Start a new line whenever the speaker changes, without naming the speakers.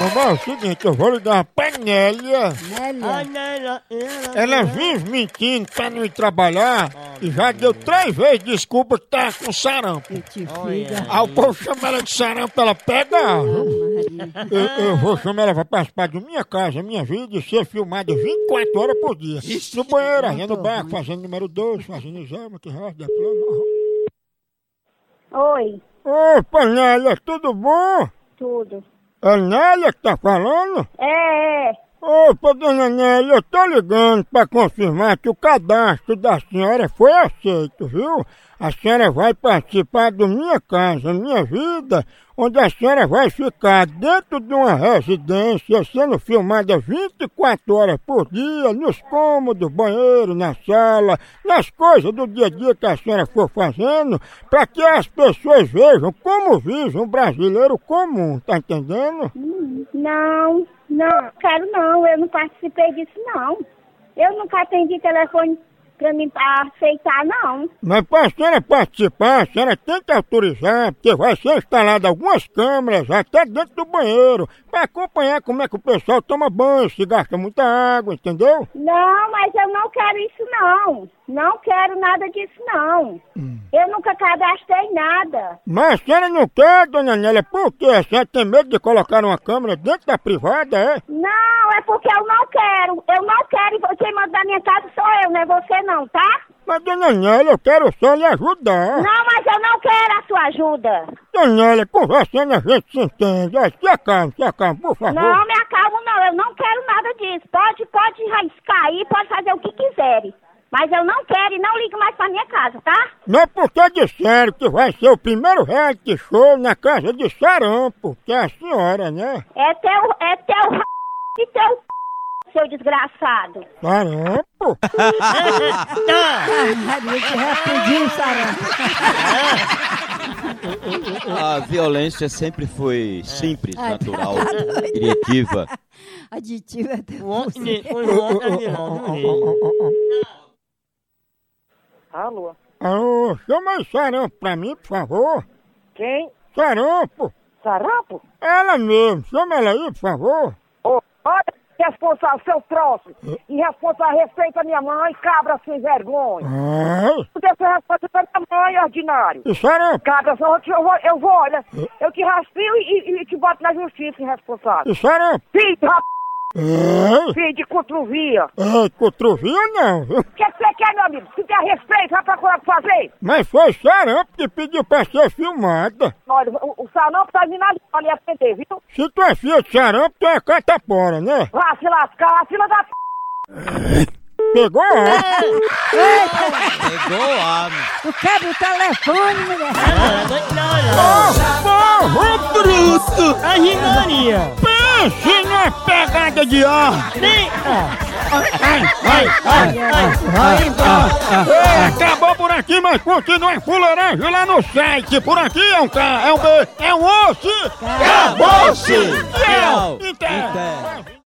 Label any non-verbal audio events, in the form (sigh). Mas é o seguinte, eu vou ligar a Panélia. (laughs) Ela vive mentindo pra não ir trabalhar e já deu três vezes desculpa que tá com sarampo. Ah, Aí o povo chama ela de sarampo, ela pega. Eu, eu vou chamar ela pra participar de minha casa, minha vida, e ser filmada 24 horas por dia. No banheiro, aí no barco, fazendo número 2, fazendo exame, que resto, diploma.
Oi,
Ô, Panélia, tudo bom?
tudo.
É Nélia que tá falando?
É, é.
Ô, pô, dona Nélia, eu tô ligando pra confirmar que o cadastro da senhora foi aceito, viu? A senhora vai participar do Minha Casa, Minha Vida, onde a senhora vai ficar dentro de uma residência, sendo filmada 24 horas por dia, nos cômodos, banheiro, na sala, nas coisas do dia a dia que a senhora for fazendo, pra que as pessoas vejam como vive um brasileiro comum, tá entendendo?
Hum, Não, não, quero não, eu não participei disso não. Eu nunca atendi telefone pra mim pra aceitar, não.
Mas para a senhora participar, a senhora tem que autorizar, porque vai ser instalada algumas câmeras até dentro do banheiro, para acompanhar como é que o pessoal toma banho, se gasta muita água, entendeu?
Não, mas eu não quero isso não. Não quero nada disso não. Eu nunca cadastrei nada.
Mas a senhora não quer, dona Nélia, por quê? A senhora tem medo de colocar uma câmera dentro da privada, é?
Não, é porque eu não quero. Eu não quero e você manda da minha casa sou eu, não é você não, tá?
Mas dona Nélia, eu quero só lhe ajudar.
Não, mas eu não quero a sua ajuda.
Dona Nélia, conversando a gente se entende. Ó, Se acalme, se acalme, por favor.
Não, me acalmo não, eu não quero nada disso. Pode, pode riscar aí, pode fazer o que quiserem. Mas eu não quero e não ligo mais pra minha casa, tá?
Não porque disseram que vai ser o primeiro reality show na casa de sarampo, que é a senhora, né?
É teu, é teu (laughs) r... e teu (laughs) p... seu desgraçado.
Sarampo?
A violência sempre foi simples, natural, criativa.
Aditivo é teu.
(laughs)
Alô?
Alô, chama o sarampo pra mim, por favor.
Quem?
Sarampo?
Sarapo?
Ela mesmo, chama ela aí, por favor.
Ô, olha, responsável, seu troço. Irresponsável, respeita minha mãe, cabra sem vergonha.
Ai,
Tu deve ser responsável pela minha mãe, ordinário.
e sarampo?
Cabra, só eu, te- eu, vou- eu vou, olha, eu te raspio e, e- e te boto na justiça, irresponsável.
E sarampo?
Filho de rap...
Ei,
filho de cotruvia.
ei, cotruvia não, viu?
O que que você quer, meu amigo? Se quer respeito, vai procurar o que fazer.
Mas foi sarampo que pediu pra ser filmada.
Olha, o, o Sarão tá de nada, olha, ia atender, viu?
Se tu é filho de sarampo, tu é catapora, né?
Vá se lascar, vacila da p...
Pegou a
Pegou a
Tu quebra o telefone, mulher.
Porra,
bruto!
A ginaria.
pense numa pegada de ar!
Nem...
Ei, Acabou por aqui, mas continua em fuleiragem lá no site. Por aqui é um K, é um B, é um osso. Então,
Acabou-se!
Tchau!
Inter.
Inter.